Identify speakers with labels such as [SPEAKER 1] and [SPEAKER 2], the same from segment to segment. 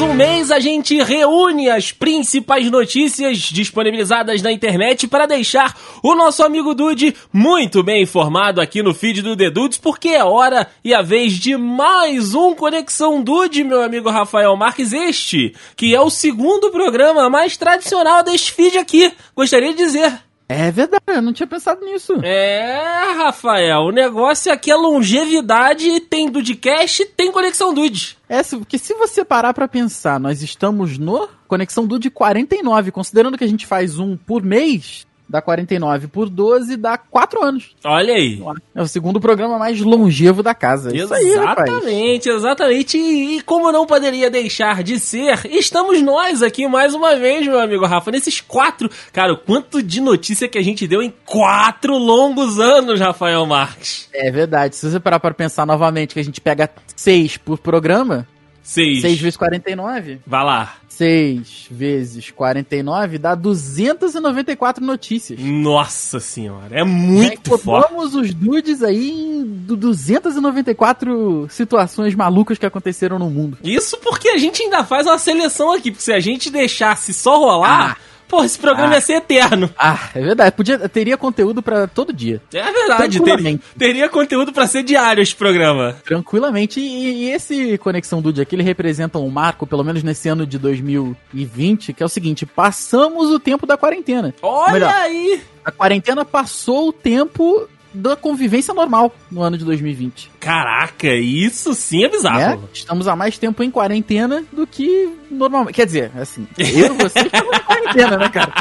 [SPEAKER 1] um a gente reúne as principais notícias disponibilizadas na internet para deixar o nosso amigo Dude muito bem informado aqui no feed do The Dudes, porque é hora e a vez de mais um Conexão Dude, meu amigo Rafael Marques, este, que é o segundo programa mais tradicional deste feed aqui. Gostaria de dizer.
[SPEAKER 2] É verdade, eu não tinha pensado nisso.
[SPEAKER 1] É, Rafael, o negócio aqui é longevidade, tem Dudecast, tem Conexão Dude.
[SPEAKER 2] É, se- porque se você parar pra pensar, nós estamos no Conexão Dude 49, considerando que a gente faz um por mês, dá 49 por 12, dá 4 anos.
[SPEAKER 1] Olha aí.
[SPEAKER 2] É o segundo programa mais longevo da casa. É Isso aí, rapaz.
[SPEAKER 1] exatamente, exatamente. E, e como não poderia deixar de ser, estamos nós aqui mais uma vez, meu amigo Rafa, nesses quatro. Cara, o quanto de notícia que a gente deu em quatro longos anos, Rafael Marques.
[SPEAKER 2] É verdade, se você parar pra pensar novamente que a gente pega 6 por programa,
[SPEAKER 1] Seis.
[SPEAKER 2] 6 vezes 49,
[SPEAKER 1] Vai lá.
[SPEAKER 2] 6 vezes 49 dá 294 notícias.
[SPEAKER 1] Nossa senhora, é
[SPEAKER 2] Já
[SPEAKER 1] muito
[SPEAKER 2] encontramos
[SPEAKER 1] forte.
[SPEAKER 2] Né, os dudes aí em du- 294 situações malucas que aconteceram no mundo.
[SPEAKER 1] Isso porque a gente ainda faz uma seleção aqui, porque se a gente deixasse só rolar,
[SPEAKER 2] Ah.
[SPEAKER 1] pô, esse programa
[SPEAKER 2] Ah.
[SPEAKER 1] ia ser eterno.
[SPEAKER 2] Ah, é verdade. Podia, teria conteúdo pra todo dia.
[SPEAKER 1] É verdade, teria,
[SPEAKER 2] Tranquilamente.
[SPEAKER 1] teria conteúdo pra ser diário esse programa.
[SPEAKER 2] Tranquilamente. E, e esse Conexão Dude aqui, ele representa um marco, pelo menos nesse ano de 2020, que é o seguinte: passamos o tempo da quarentena.
[SPEAKER 1] Olha
[SPEAKER 2] Melhor.
[SPEAKER 1] aí!
[SPEAKER 2] A quarentena passou o tempo da convivência normal no ano de 2020.
[SPEAKER 1] Caraca, isso sim é
[SPEAKER 2] né?
[SPEAKER 1] bizarro.
[SPEAKER 2] Estamos há mais tempo em quarentena do que normalmente. Quer dizer, assim, eu e você estamos em quarentena, né, cara?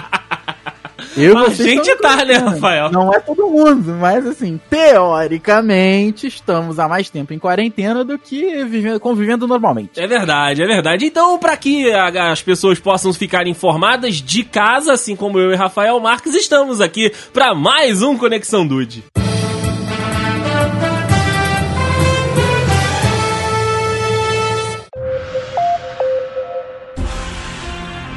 [SPEAKER 2] Eu e
[SPEAKER 1] Mas a
[SPEAKER 2] você
[SPEAKER 1] gente
[SPEAKER 2] estamos em
[SPEAKER 1] tá,
[SPEAKER 2] quarentena.
[SPEAKER 1] né, Rafael?
[SPEAKER 2] Não é todo mundo, mas assim, teoricamente estamos há mais tempo em quarentena do que vivendo, convivendo normalmente.
[SPEAKER 1] É verdade, é verdade. Então, pra que a- as pessoas possam ficar informadas de casa, assim como eu e Rafael Marques, estamos aqui pra mais um Conexão Dude.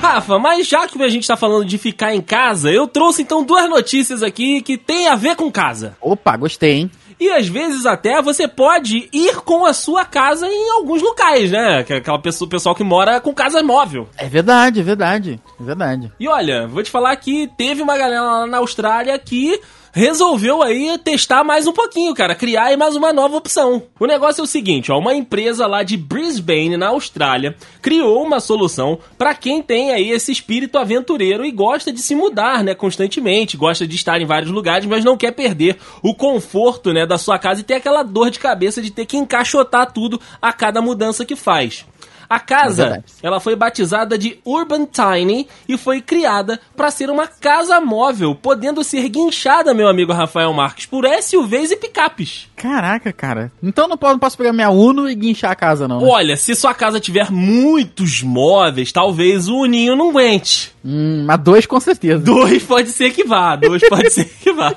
[SPEAKER 1] Rafa, mas já que a gente tá falando de ficar em casa, eu trouxe então duas notícias aqui que tem a ver com casa.
[SPEAKER 2] Opa, gostei, hein?
[SPEAKER 1] E às vezes até você pode ir com a sua casa em alguns locais, né? Que é Aquela pessoa, o pessoal que mora com casa móvel.
[SPEAKER 2] É verdade, é verdade, é verdade.
[SPEAKER 1] E olha, vou te falar que teve uma galera lá na Austrália que resolveu aí testar mais um pouquinho, cara, criar aí mais uma nova opção. O negócio é o seguinte, ó, uma empresa lá de Brisbane, na Austrália, criou uma solução pra quem tem aí esse espírito aventureiro e gosta de se mudar, né, constantemente, gosta de estar em vários lugares, mas não quer perder o conforto, né, da sua casa e ter aquela dor de cabeça de ter que encaixotar tudo a cada mudança que faz. A casa
[SPEAKER 2] É verdade.
[SPEAKER 1] ela foi batizada de Urban Tiny e foi criada para ser uma casa móvel, podendo ser guinchada, meu amigo Rafael Marques, por SUVs e picapes.
[SPEAKER 2] Caraca, cara. Então não posso, não posso pegar minha Uno e guinchar a casa, não. né?
[SPEAKER 1] Olha, se sua casa tiver muitos móveis, talvez o Uninho não aguente.
[SPEAKER 2] Hum, mas dois com certeza.
[SPEAKER 1] Dois pode ser que vá, dois pode ser que vá.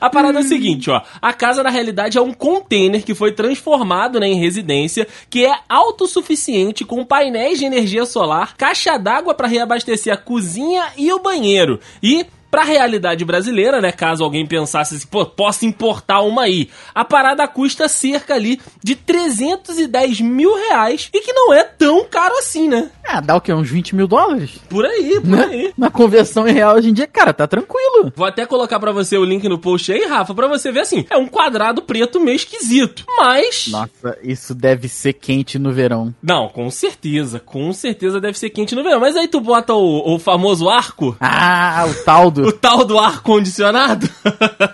[SPEAKER 1] A parada é o seguinte, ó. A casa, na realidade, é um container que foi transformado né, em residência, que é autossuficiente com painéis de energia solar, caixa d'água para reabastecer a cozinha e o banheiro. E. Pra realidade brasileira, né? Caso alguém pensasse assim, pô, posso importar uma aí. A parada custa cerca ali de 310 mil reais e que não é tão caro assim, né?
[SPEAKER 2] Ah, dá o quê? Uns 20 mil dólares? Né?
[SPEAKER 1] Por aí, por aí.
[SPEAKER 2] Na conversão em real hoje em dia, cara, tá tranquilo.
[SPEAKER 1] Vou até colocar pra você o link no post aí, Rafa, pra você ver assim. É um quadrado preto meio esquisito, mas
[SPEAKER 2] Nossa, isso deve ser quente no verão.
[SPEAKER 1] não, com certeza, com certeza deve ser quente no verão. Mas aí tu bota o, o famoso arco,
[SPEAKER 2] Ah, o taldo.
[SPEAKER 1] o tal do ar condicionado.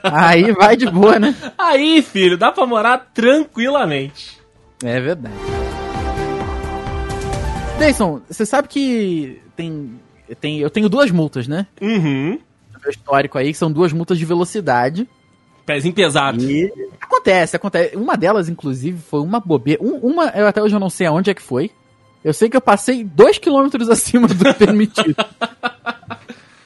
[SPEAKER 2] Aí vai de boa, né?
[SPEAKER 1] aí, filho, dá pra morar tranquilamente.
[SPEAKER 2] É verdade. Deison, você sabe que tem, tem. Eu tenho duas multas, né?
[SPEAKER 1] Uhum.
[SPEAKER 2] No meu histórico aí, que são duas multas de velocidade.
[SPEAKER 1] Pezinho pesado.
[SPEAKER 2] E acontece, acontece. Uma delas, inclusive, foi uma bobeira. Um- uma, eu até hoje eu não sei aonde é que foi. Eu sei que eu passei dois quilômetros acima do permitido.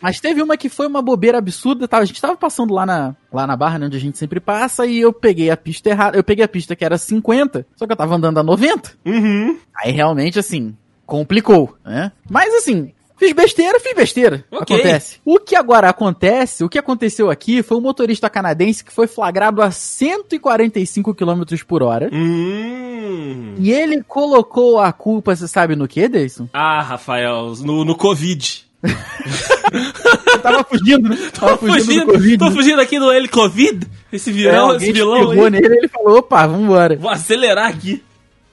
[SPEAKER 2] Mas teve uma que foi uma bobeira absurda, tá? A gente tava passando lá na, lá na barra, né, onde a gente sempre passa, e eu peguei a pista errada. Eu peguei a pista que era 50, só que eu tava andando a 90.
[SPEAKER 1] Uhum.
[SPEAKER 2] Aí realmente, assim, complicou, né? Mas assim, Fiz besteira, fiz besteira.
[SPEAKER 1] Ok.
[SPEAKER 2] Acontece. O que agora acontece, o que aconteceu aqui foi um motorista canadense que foi flagrado a 145 km por hora.
[SPEAKER 1] Hum.
[SPEAKER 2] E ele colocou a culpa, você sabe no que, Deison?
[SPEAKER 1] Ah, Rafael, no, no Covid.
[SPEAKER 2] Ele tava fugindo, né?
[SPEAKER 1] Tô
[SPEAKER 2] Tava
[SPEAKER 1] fugindo,
[SPEAKER 2] do Covid.
[SPEAKER 1] tô
[SPEAKER 2] né?
[SPEAKER 1] fugindo aqui do ele Covid. Esse
[SPEAKER 2] É,
[SPEAKER 1] vilão, esse
[SPEAKER 2] alguém
[SPEAKER 1] vilão
[SPEAKER 2] pegou
[SPEAKER 1] aí.
[SPEAKER 2] nele e ele falou, opa, vambora.
[SPEAKER 1] Vou acelerar aqui.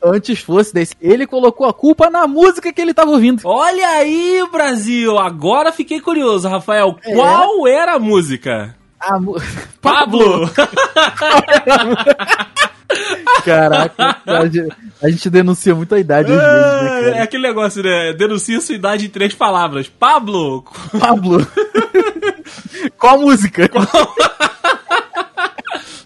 [SPEAKER 2] Antes fosse desse. Ele colocou a culpa na música que ele tava ouvindo.
[SPEAKER 1] Olha aí, Brasil. Agora fiquei curioso, Rafael. Qual era a música?
[SPEAKER 2] A mu-
[SPEAKER 1] Pablo!
[SPEAKER 2] Caraca, a gente- a gente denuncia muito a idade às vezes, né, cara?
[SPEAKER 1] é aquele negócio, né? Denuncia sua idade em três palavras. Pablo!
[SPEAKER 2] Pablo. Qual a música?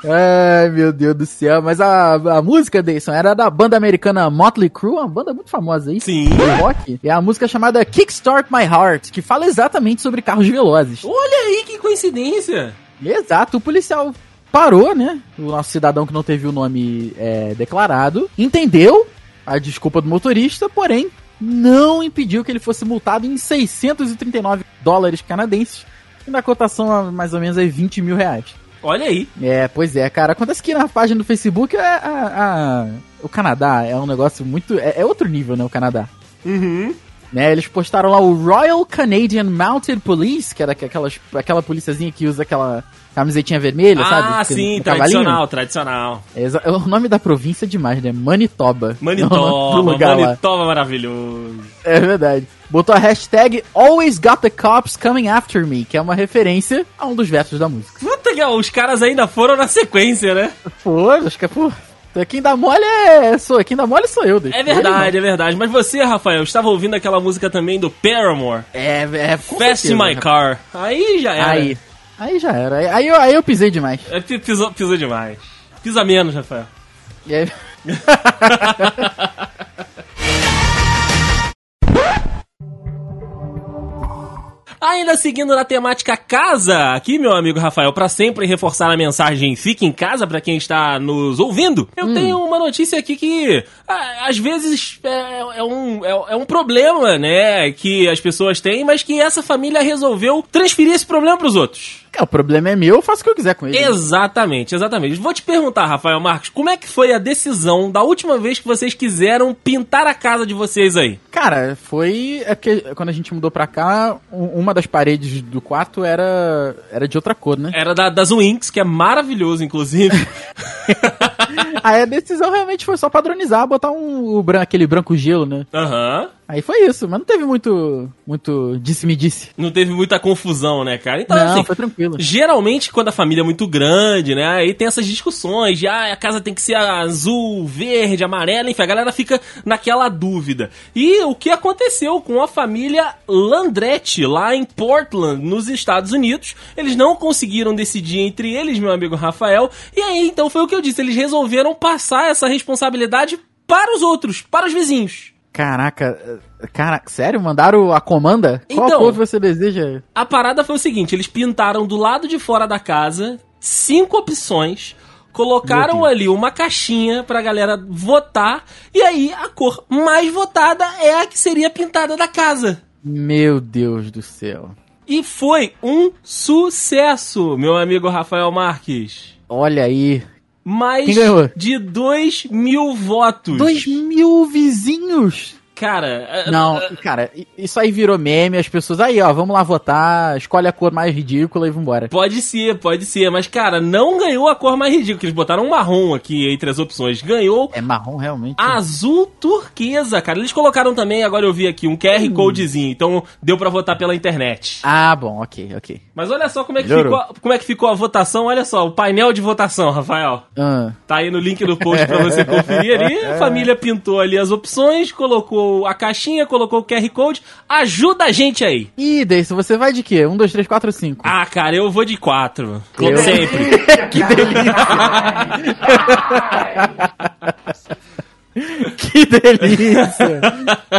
[SPEAKER 2] Ai, meu Deus do céu. Mas a, a música, Dayson, era da banda americana Motley Crue, uma banda muito famosa aí.
[SPEAKER 1] Sim.
[SPEAKER 2] de Rock. É a música chamada Kickstart My Heart, que fala exatamente sobre carros velozes.
[SPEAKER 1] Olha aí que coincidência!
[SPEAKER 2] Exato, o policial parou, né? O nosso cidadão que não teve o nome é, declarado, entendeu a desculpa do motorista, porém não impediu que ele fosse multado em 639 dólares canadenses, que na cotação mais ou menos é 20 mil reais.
[SPEAKER 1] Olha aí.
[SPEAKER 2] É, pois é, cara. Acontece que na página do Facebook é a- a- o Canadá é um negócio muito. É, é outro nível, né? O Canadá.
[SPEAKER 1] Uhum.
[SPEAKER 2] Né, eles postaram lá o Royal Canadian Mounted Police, que era que- aquelas, aquela policiazinha que usa aquela camisetinha vermelha, sabe?
[SPEAKER 1] Ah,
[SPEAKER 2] Que-
[SPEAKER 1] sim,
[SPEAKER 2] do cavalinho.
[SPEAKER 1] tradicional, tradicional.
[SPEAKER 2] É, exa- o nome da província é demais, né? Manitoba. É o nome do
[SPEAKER 1] Manitoba,
[SPEAKER 2] lugar lá.
[SPEAKER 1] Manitoba maravilhoso.
[SPEAKER 2] É verdade. Botou a hashtag Always Got the Cops Coming After Me, que é uma referência a um dos versos da música.
[SPEAKER 1] Puta que é, os caras ainda foram na sequência, né?
[SPEAKER 2] Pô, acho que é pô. Quem dá mole é. Sou, quem dá mole sou eu, deixa.
[SPEAKER 1] É verdade, é verdade. Mas você, Rafael, estava ouvindo aquela música também do Paramore.
[SPEAKER 2] É, é. com
[SPEAKER 1] Fast
[SPEAKER 2] certeza,
[SPEAKER 1] My
[SPEAKER 2] rapaz.
[SPEAKER 1] Car. Aí já era.
[SPEAKER 2] Aí. Aí já era. Aí, aí eu, aí eu pisei demais.
[SPEAKER 1] É, pi- Pisou, pisou demais. Pisa menos, Rafael.
[SPEAKER 2] E aí-
[SPEAKER 1] Ainda seguindo na temática casa, aqui, meu amigo Rafael, pra sempre reforçar a mensagem fique em casa pra quem está nos ouvindo, eu tenho uma notícia aqui que ah, às vezes é, é um, é, é um problema, né, que as pessoas têm, mas que essa família resolveu transferir esse problema pros outros.
[SPEAKER 2] Cara, o problema é meu, eu faço o que eu quiser com ele.
[SPEAKER 1] Exatamente, exatamente. Vou te perguntar, Rafael Marcos, como é que foi a decisão da última vez que vocês quiseram pintar a casa de vocês aí?
[SPEAKER 2] Cara, foi. É porque quando a gente mudou pra cá, u- uma das paredes do quarto era. era de outra cor, né?
[SPEAKER 1] Era da, das Winx, que é maravilhoso, inclusive.
[SPEAKER 2] Aí a decisão realmente foi só padronizar, botar um, o bran- aquele branco gelo, né?
[SPEAKER 1] Aham.
[SPEAKER 2] Aí foi isso, mas não teve muito. muito disse-me-disse.
[SPEAKER 1] Não teve muita confusão, né, cara? Então,
[SPEAKER 2] não,
[SPEAKER 1] assim,
[SPEAKER 2] foi tranquilo.
[SPEAKER 1] geralmente quando a família é muito grande, né, aí tem essas discussões de, ah, a casa tem que ser azul, verde, amarela, enfim, a galera fica naquela dúvida. E o que aconteceu com a família Landretti, lá em Portland, nos Estados Unidos, eles não conseguiram decidir entre eles, meu amigo Rafael, e aí, então, foi o que eu disse, eles resolveram passar essa responsabilidade para os outros, para os vizinhos.
[SPEAKER 2] Caraca, eh, cara, sério? Mandaram a comanda? Qual
[SPEAKER 1] Então-
[SPEAKER 2] cor você deseja?
[SPEAKER 1] A parada foi o seguinte: eles pintaram do lado de fora da casa cinco opções, colocaram
[SPEAKER 2] Meu Deus.
[SPEAKER 1] ali uma caixinha pra galera votar, e aí a cor mais votada é a que seria pintada da casa.
[SPEAKER 2] Meu Deus do céu.
[SPEAKER 1] E foi um sucesso, meu amigo Rafael Marques.
[SPEAKER 2] Olha aí.
[SPEAKER 1] Mais
[SPEAKER 2] Quem ganhou?
[SPEAKER 1] de 2 mil votos.
[SPEAKER 2] Dois mil vizinhos!
[SPEAKER 1] Cara, é,
[SPEAKER 2] Não, cara, i- isso aí virou meme, as pessoas. Aí, ó, vamos lá votar, escolhe a cor mais ridícula e vambora.
[SPEAKER 1] Pode ser, pode ser, mas cara, não ganhou a cor mais ridícula. que Eles botaram um marrom aqui entre as opções. Ganhou
[SPEAKER 2] É marrom, realmente.
[SPEAKER 1] Ah, Azul turquesa, cara. Eles colocaram também, agora eu vi aqui, um QR
[SPEAKER 2] Hum.
[SPEAKER 1] Codezinho, então deu pra votar pela internet.
[SPEAKER 2] Ah, bom, ok, ok.
[SPEAKER 1] Mas olha só como é, que
[SPEAKER 2] Melhorou.
[SPEAKER 1] ficou, a- como é que ficou a votação, olha só, o painel de votação, Rafael.
[SPEAKER 2] Ah,
[SPEAKER 1] Tá aí no link do post pra você conferir ali. A família pintou ali as opções, colocou a caixinha, colocou o QR Code. Ajuda a gente aí.
[SPEAKER 2] Ih, Deison, você vai de quê? Um, dois, três, quatro, cinco.
[SPEAKER 1] Ah, cara, eu vou de quatro. Como
[SPEAKER 2] Eu-
[SPEAKER 1] sempre.
[SPEAKER 2] que delícia! que delícia!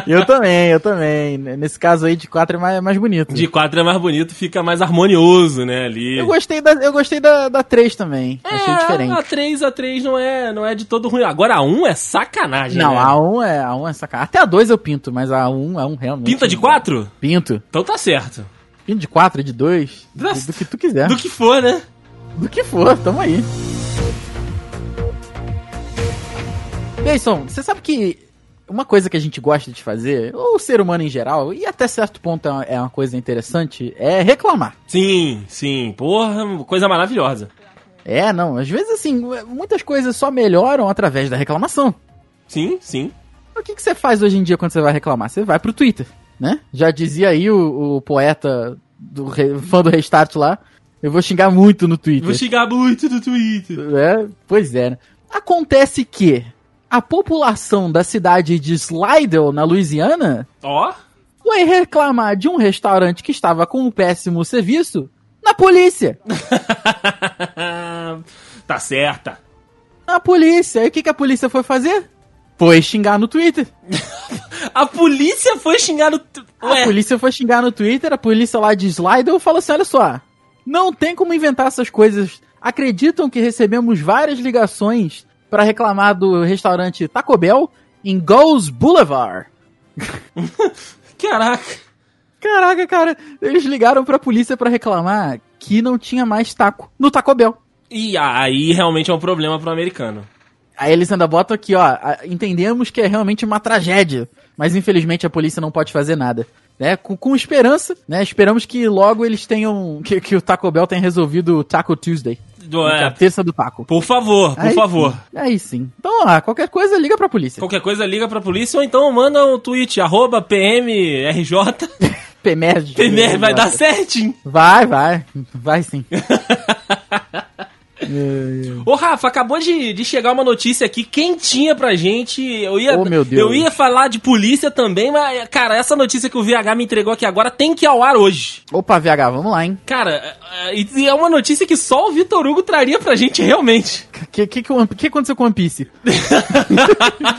[SPEAKER 2] Eu também, eu também. Nesse caso aí, de 4 é mais, mais bonito.
[SPEAKER 1] De 4 é mais bonito, fica mais harmonioso, né, ali.
[SPEAKER 2] Eu gostei da, eu gostei da, da 3 também.
[SPEAKER 1] É,
[SPEAKER 2] Achei diferente.
[SPEAKER 1] a 3, a 3 não é, não é de todo ruim. Agora a 1 é sacanagem,
[SPEAKER 2] Não,
[SPEAKER 1] né?
[SPEAKER 2] a 1 é, a 1 é sacanagem. Até a 2 eu pinto, mas a 1, a 1 realmente.
[SPEAKER 1] Pinta de 4?
[SPEAKER 2] Pinto.
[SPEAKER 1] Então tá certo.
[SPEAKER 2] Pinto de 4, de 2. Do,
[SPEAKER 1] Das-
[SPEAKER 2] do que tu quiser.
[SPEAKER 1] Do que for, né?
[SPEAKER 2] Do que for, tamo aí. Benson, você sabe que uma coisa que a gente gosta de fazer, ou o ser humano em geral, e até certo ponto é uma- é uma coisa interessante, é reclamar.
[SPEAKER 1] Sim, sim. Porra, coisa maravilhosa.
[SPEAKER 2] É, não, às vezes assim, muitas coisas só melhoram através da reclamação.
[SPEAKER 1] Sim, sim.
[SPEAKER 2] O que, que você faz hoje em dia quando você vai reclamar? Você vai pro Twitter, né? Já dizia aí o, o poeta, do re- fã do Restart lá, eu vou xingar muito no Twitter.
[SPEAKER 1] Vou xingar muito do Twitter.
[SPEAKER 2] É, pois é. né? Acontece que a população da cidade de Slidell, na Louisiana,
[SPEAKER 1] Ó,
[SPEAKER 2] foi reclamar de um restaurante que estava com um péssimo serviço na polícia.
[SPEAKER 1] tá certa.
[SPEAKER 2] Na polícia. E o que, que a polícia foi fazer? Foi xingar no Twitter.
[SPEAKER 1] A polícia foi xingar no. tu-
[SPEAKER 2] A
[SPEAKER 1] Ué,
[SPEAKER 2] polícia foi xingar no Twitter, a polícia lá de Slidell falou assim: olha só, não tem como inventar essas coisas. Acreditam que recebemos várias ligações para reclamar do restaurante Taco Bell em Gulls Boulevard.
[SPEAKER 1] caraca.
[SPEAKER 2] Caraca, cara, eles ligaram pra polícia pra reclamar que não tinha mais taco no Taco Bell.
[SPEAKER 1] E aí realmente é um problema pro americano.
[SPEAKER 2] Aí eles ainda botam aqui, ó, a- entendemos que é realmente uma tragédia, mas infelizmente a polícia não pode fazer nada. Né? Com, com esperança, né? Esperamos que logo eles tenham. Que, que o Taco Bell tenha resolvido o Taco Tuesday.
[SPEAKER 1] Do-
[SPEAKER 2] que é a
[SPEAKER 1] é,
[SPEAKER 2] terça do Taco.
[SPEAKER 1] por favor, por
[SPEAKER 2] Aí
[SPEAKER 1] favor.
[SPEAKER 2] sim, aí sim. Então, ó, qualquer coisa, liga pra polícia.
[SPEAKER 1] Qualquer coisa liga pra polícia ou então manda um tweet, arroba PMRJ.
[SPEAKER 2] PMERG.
[SPEAKER 1] PMR vai dar certinho.
[SPEAKER 2] Vai, vai. Vai sim. É,
[SPEAKER 1] Ô Rafa, acabou de, de chegar uma notícia aqui quentinha pra gente. Eu ia,
[SPEAKER 2] Ô, meu Deus.
[SPEAKER 1] eu ia falar de polícia também, mas, cara, essa notícia que o VH me entregou aqui agora tem que ir ao ar hoje.
[SPEAKER 2] Opa, VH, vamos lá, hein?
[SPEAKER 1] Cara, é- é- e é uma notícia que só o Vitor Hugo traria pra gente realmente.
[SPEAKER 2] O que, que, que, o One- que aconteceu com o One Piece?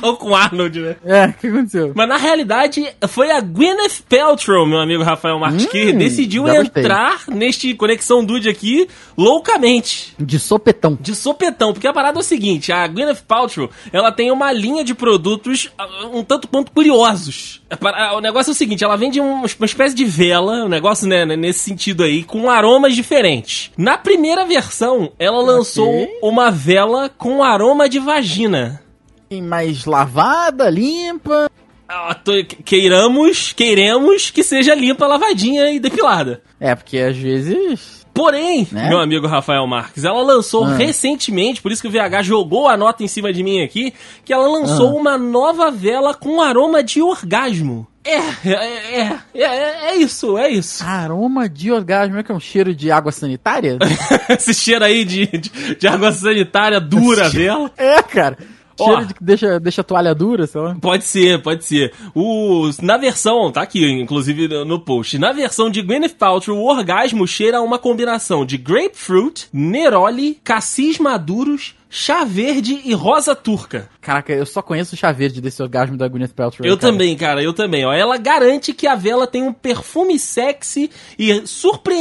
[SPEAKER 1] Ou com o Arnold, né?
[SPEAKER 2] É, o que aconteceu?
[SPEAKER 1] Mas na realidade, foi a Gwyneth Paltrow, meu amigo Rafael Marques, que
[SPEAKER 2] Hum,
[SPEAKER 1] decidiu
[SPEAKER 2] já gostei.
[SPEAKER 1] entrar neste Conexão Dude aqui loucamente.
[SPEAKER 2] De sopetão.
[SPEAKER 1] De sopetão, porque a parada é o seguinte, a Gwyneth Paltrow, ela tem uma linha de produtos ah, um tanto quanto curiosos. A par- ah, O negócio é o seguinte, ela vende um- uma espécie de vela, um negócio né, né, nesse sentido aí, com aromas diferentes. Na primeira versão, ela lançou uma vela com aroma de vagina.
[SPEAKER 2] Tem mais lavada, limpa.
[SPEAKER 1] Ah, tô- Queiramos, queiremos que seja limpa, lavadinha e depilada.
[SPEAKER 2] É, porque às vezes.
[SPEAKER 1] Porém,
[SPEAKER 2] Né?
[SPEAKER 1] meu amigo Rafael Marques, ela lançou
[SPEAKER 2] Ah.
[SPEAKER 1] recentemente, por isso que o VH jogou a nota em cima de mim aqui, que ela lançou
[SPEAKER 2] Ah.
[SPEAKER 1] uma nova vela com aroma de orgasmo. É, é, é, é, é, é isso, é isso.
[SPEAKER 2] Aroma de orgasmo é que é um cheiro de água sanitária?
[SPEAKER 1] Esse cheiro aí de, de, de água sanitária dura a vela.
[SPEAKER 2] é, cara.
[SPEAKER 1] Ó.
[SPEAKER 2] Cheiro de que deixa, deixa a toalha dura, sei lá.
[SPEAKER 1] Pode ser, pode ser. O, na versão, tá aqui, inclusive no- no post. Na versão de Gwyneth Paltrow, o orgasmo cheira a uma combinação de grapefruit, neroli, cassis maduros, chá verde e rosa turca.
[SPEAKER 2] Caraca, eu só conheço o chá verde desse orgasmo da Gwyneth Paltrow.
[SPEAKER 1] Eu
[SPEAKER 2] cara.
[SPEAKER 1] também, cara, eu também. Ó, ela garante que a vela tem um perfume sexy e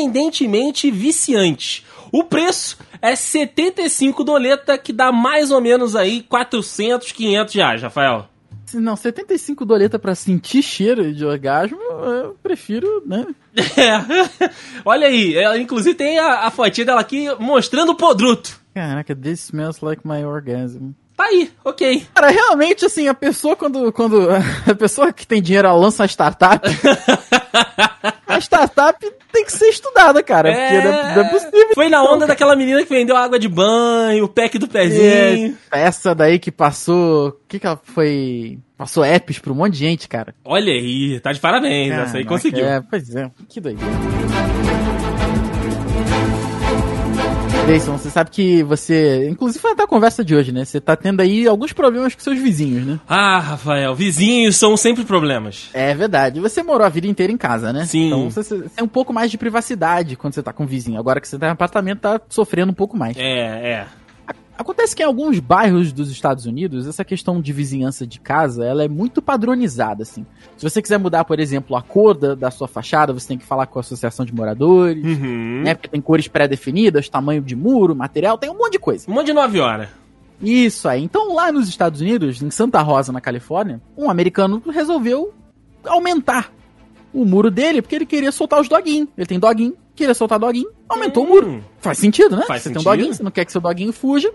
[SPEAKER 1] surpreendentemente viciante. O preço é 75 doleta, que dá mais ou menos aí 400, 500 reais, Rafael.
[SPEAKER 2] Se Não, 75 doleta pra sentir cheiro de orgasmo, eu prefiro, né?
[SPEAKER 1] É. Olha aí, ela inclusive tem a, a fotinha dela aqui mostrando o podruto.
[SPEAKER 2] Caraca, this smells like my orgasm.
[SPEAKER 1] Tá aí, ok.
[SPEAKER 2] Cara, realmente, assim, a pessoa quando, quando a pessoa que tem dinheiro, ela lança a startup, a startup tem que ser estudada, cara, porque não é, não é possível.
[SPEAKER 1] Foi na onda daquela menina que vendeu água de banho, o pack do pezinho.
[SPEAKER 2] É, Essa daí que passou, o que que ela foi, passou apps pra um monte de gente, cara.
[SPEAKER 1] Olha aí, tá de parabéns, essa aí
[SPEAKER 2] Caraca,
[SPEAKER 1] conseguiu.
[SPEAKER 2] É, pois é, que doideira. Jason, você sabe que você, inclusive foi até a conversa de hoje, né? Você tá tendo aí alguns problemas com seus vizinhos, né?
[SPEAKER 1] Ah, Rafael, vizinhos são sempre problemas.
[SPEAKER 2] É verdade. Você morou a vida inteira em casa, né?
[SPEAKER 1] Sim.
[SPEAKER 2] Então você, você tem um pouco mais de privacidade quando você tá com o vizinho. Agora que você tá em apartamento, tá sofrendo um pouco mais.
[SPEAKER 1] É, é.
[SPEAKER 2] Acontece que em alguns bairros dos Estados Unidos, essa questão de vizinhança de casa, ela é muito padronizada, assim. Se você quiser mudar, por exemplo, a cor da, da sua fachada, você tem que falar com a associação de moradores,
[SPEAKER 1] Uhum.
[SPEAKER 2] né? Porque tem cores pré-definidas, tamanho de muro, material, tem um monte de coisa.
[SPEAKER 1] Um monte de 9 horas.
[SPEAKER 2] Isso aí. Então, lá nos Estados Unidos, em Santa Rosa, na Califórnia, um americano resolveu aumentar o muro dele, porque ele queria soltar os doguinhos. Ele tem doguinho, queria soltar doguinho, aumentou o muro.
[SPEAKER 1] Hum,
[SPEAKER 2] Faz sentido, né?
[SPEAKER 1] Faz
[SPEAKER 2] você
[SPEAKER 1] sentido.
[SPEAKER 2] tem um doguinho, você não quer que seu doguinho fuja.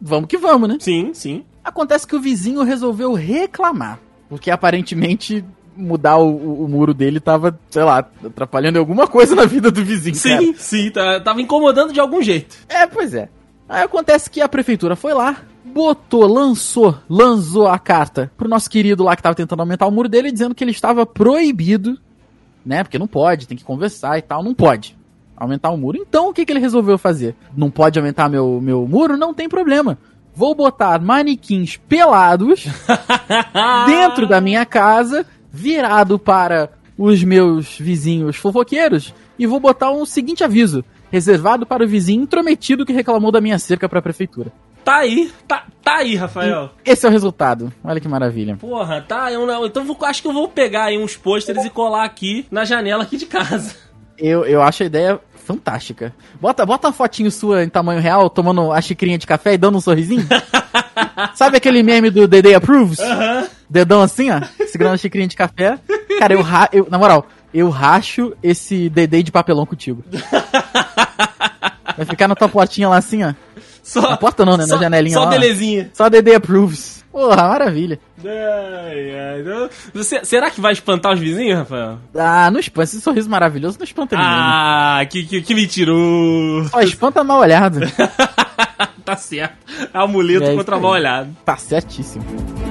[SPEAKER 2] Vamos que vamos, né?
[SPEAKER 1] Sim, sim.
[SPEAKER 2] Acontece que o vizinho resolveu reclamar. Porque aparentemente mudar o, o- o muro dele tava, sei lá, atrapalhando alguma coisa na vida do vizinho. cara.
[SPEAKER 1] Sim, sim. tá- tava incomodando de algum jeito.
[SPEAKER 2] É, pois é. Aí acontece que a prefeitura foi lá, botou, lançou, lançou a carta pro nosso querido lá que tava tentando aumentar o muro dele, dizendo que ele estava proibido, né? Porque não pode, tem que conversar e tal, não pode aumentar o muro. Então o que, que ele resolveu fazer? Não pode aumentar meu, meu muro? Não tem problema. Vou botar manequins pelados dentro da minha casa, virado para os meus vizinhos fofoqueiros, e vou botar um seguinte aviso: reservado para o vizinho intrometido que reclamou da minha cerca para a prefeitura.
[SPEAKER 1] Tá aí, tá, tá aí, Rafael.
[SPEAKER 2] Esse é o resultado. Olha que maravilha.
[SPEAKER 1] Porra, tá, eu não. Então vou- acho que eu vou pegar aí uns pôsteres e colar aqui na janela aqui de casa.
[SPEAKER 2] Eu, eu acho a ideia fantástica. Bota, bota uma fotinho sua em tamanho real, tomando a xicrinha de café e dando um sorrisinho. Sabe aquele meme do Dede Approves?
[SPEAKER 1] Aham.
[SPEAKER 2] Dedão assim, ó, segurando a xicrinha de café. Cara, eu, ra eu na moral, eu racho esse Dedê de papelão contigo. Vai ficar na tua portinha lá assim, ó.
[SPEAKER 1] Só.
[SPEAKER 2] Na porta não, né? Na
[SPEAKER 1] só,
[SPEAKER 2] janelinha
[SPEAKER 1] Só
[SPEAKER 2] lá.
[SPEAKER 1] belezinha.
[SPEAKER 2] Só Dedê approves. Porra, maravilha.
[SPEAKER 1] Ai, ai,
[SPEAKER 2] então
[SPEAKER 1] não- Você- será que vai espantar os vizinhos, Rafael?
[SPEAKER 2] Ah, não espanta. Esse sorriso maravilhoso não espanta ninguém. né?
[SPEAKER 1] Ah, que, que, que mentiroso.
[SPEAKER 2] Só espanta mal olhado.
[SPEAKER 1] tá certo. Amuleto
[SPEAKER 2] É isso
[SPEAKER 1] contra
[SPEAKER 2] aí.
[SPEAKER 1] mal olhado.
[SPEAKER 2] tá certíssimo.